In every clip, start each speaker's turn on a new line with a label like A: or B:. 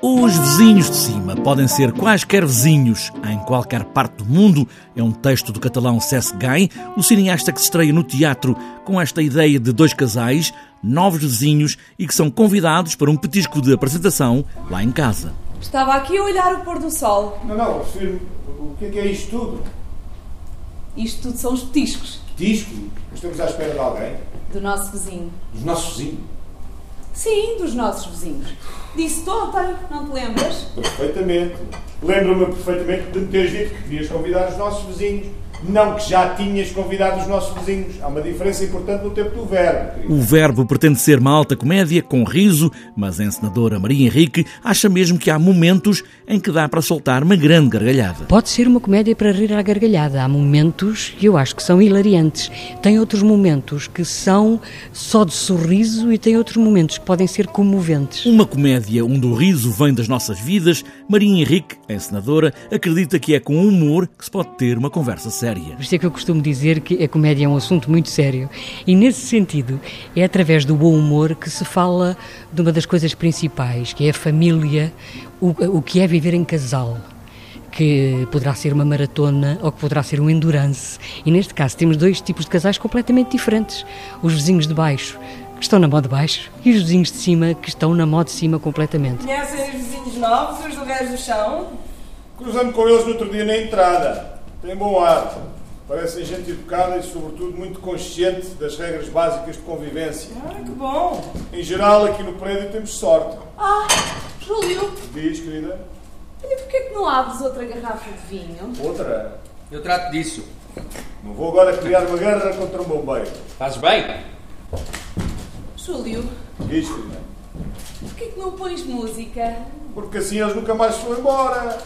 A: Os vizinhos de cima podem ser quaisquer vizinhos em qualquer parte do mundo. É um texto do catalão Cesc Gay, o cineasta que se estreia no teatro com esta ideia de dois casais, novos vizinhos e que são convidados para um petisco de apresentação lá em casa.
B: Estava aqui a olhar o pôr do sol.
C: Não, não, filho, o que é que é isto tudo?
B: Isto tudo são os petiscos
C: Disco? Estamos à espera de alguém?
B: do nosso vizinho.
C: Dos nossos vizinhos?
B: Sim, dos nossos vizinhos. Disse-te ontem, não te lembras?
C: Perfeitamente. Lembro-me perfeitamente de me teres dito que querias convidar os nossos vizinhos. Não que já tinhas convidado os nossos vizinhos. Há uma diferença importante no tempo do verbo, querido.
A: O verbo pretende ser uma alta comédia com riso, mas a encenadora Maria Henrique acha mesmo que há momentos em que dá para soltar uma grande gargalhada.
D: Pode ser uma comédia para rir à gargalhada. Há momentos que eu acho que são hilariantes. Tem outros momentos que são só de sorriso e tem outros momentos que podem ser comoventes.
A: Uma comédia onde o riso vem das nossas vidas, Maria Henrique, a encenadora, acredita que é com humor que se pode ter uma conversa séria.
D: Por isso é que eu costumo dizer que a comédia é um assunto muito sério. E nesse sentido, é através do bom humor que se fala de uma das coisas principais, que é a família, o, o que é viver em casal. Que poderá ser uma maratona ou que poderá ser um endurance. E neste caso temos dois tipos de casais completamente diferentes. Os vizinhos de baixo, que estão na mão de baixo, e os vizinhos de cima, que estão na mão de cima completamente.
E: Conhecem os vizinhos novos, os do gajo do chão?
C: Cruzando com eles no outro dia na entrada. Tem bom ar. Parecem gente educada e, sobretudo, muito consciente das regras básicas de convivência.
E: Ah, que bom!
C: Em geral, aqui no prédio temos sorte.
B: Ah, Júlio,
C: Diz, querida.
B: olha porquê que não abres outra garrafa de vinho?
C: Outra.
F: Eu trato disso.
C: Não vou agora criar uma guerra contra um bombeiro.
F: Fazes bem?
B: Júlio,
C: Diz, querida.
B: porquê que não pões música?
C: Porque assim eles nunca mais se vão embora.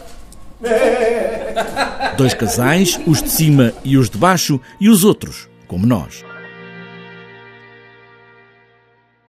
A: Dois casais, os de cima e os de baixo, e os outros, como nós.